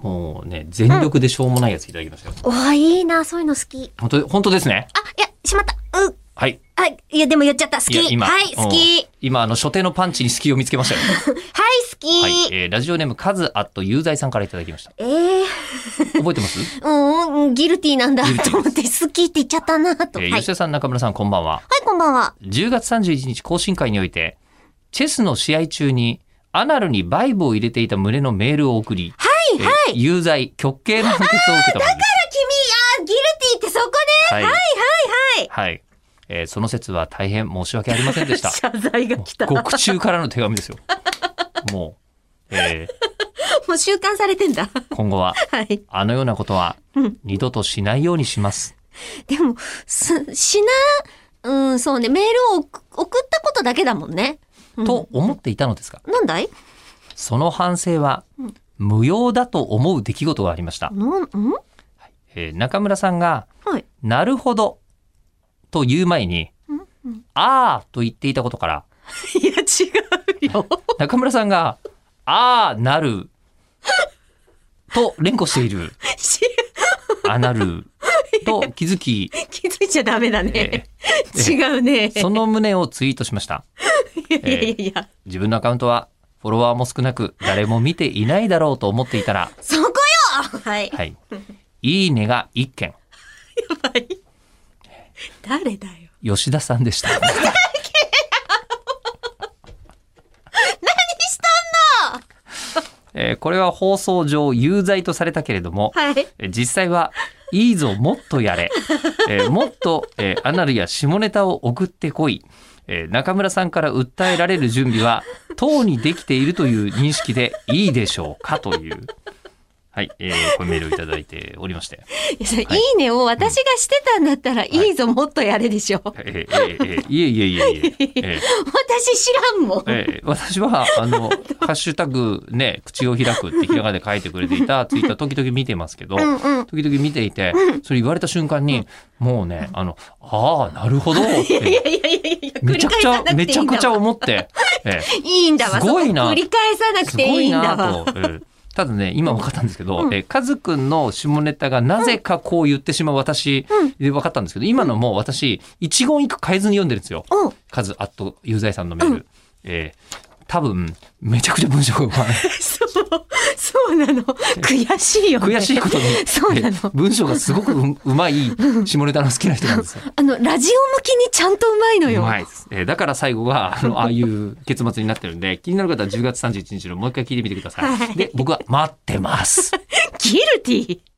もうね、全力でしょうもないやついただきましたよ。おわ、いいな、そういうの好き。本当、本当ですね。あ、いや、しまった。う、はい。あ、いや、でも言っちゃった。好いやき。はい、好き。うん。今、あの、初手のパンチに隙を見つけましたよ。はい、好き。はい。えーラジオネーム、カズアットユーザイさんからいただきました。えー、覚えてますうんうん、ギルティーなんだギルティーと思でって、好きって言っちゃったなと。えーはい、はい吉、田さん、中村さん、こんばんは。こんばんは。 10月31日更新会において、チェスの試合中に、アナルにバイブを入れていた胸のメールを送り、はい。はい有罪、極刑の判決を受けたものです。君、あー、ギルティーってそこね。はいはい、はい、はい。えーその説は大変申し訳ありませんでした はい。。謝罪が来た。も獄中からの手紙ですよ。もう、えう習慣されてんだ。ー今後は、はい。あのようなことはうん、二度としないようにします。でも、す、しな、うん、そうね、メールを送送ったことだけだもんね。うんと思っていたのですが、なんだいその反省は、無用だと思う出来事がありました。の、んえー中村さんが、はい。なるほどと言う前にうんうん、あーと言っていたことから、いや、違うよ。中村さんが、あーなると連呼している、あなると気づき、気づいちゃダメだえね。違うね。 ーその旨をツイートしました。いやいやいやいや。自分のアカウントは、フォロワーも少なく、誰も見ていないだろうと思っていたら、そこよはい。やはい。いいねが1件、ばい。誰だよ。吉田さんでした。 したんだ えーこれは放送上有罪とされたけれども、はい。えー実際は、いいぞ、もっと やれ。えーもっと、えーアナルや下ネタを送ってこい。えー中村さんから訴えられる準備は、とうにできているという認識でいいでしょうかという。はい、えーこれメールをいただいておりまして。いやそれいいねを私がしてたんだったら、いいぞ、もっとやれで しょ。えーえーえーいえいえいえいえ。えー私知らんもん。ええ、私は、あの、ハッシュタグね、口を開くってひらがなで書いてくれていたツイッター時々見てますけど、うんうん。時々見ていて、それ言われた瞬間に、もうね、あの、ああ、なるほどっいやいて、やいやいやいや、繰めちゃくり返ちゃさ、なくめていちいゃんだくちゃわ。思って、ええいいんだわ。すごいなそこ繰り返さなくすてごいいいんだわな。と。ええただね、今分かったんですけど、ええカズくんの下ネタがなぜかこう言ってしまう私で分かったんですけど、今のもう私、一言一句変えずに読んでるんですよ。うん。カズアットユーザイさんのメール。えー多分、めちゃくちゃ文章がうま い。そう、そうなの。悔しいよね。悔しいことに、そうなのえー文章がすごくううま い下ネタの好きな人なんですよ。あの、ラジオ向きにちゃんとうまいのうよ。まいです。えーだから最後が、あの、ああいう結末になってるんで、気になる方は10月31日のもう一回聞いてみてください。はいで、僕は待ってます。ギルティー。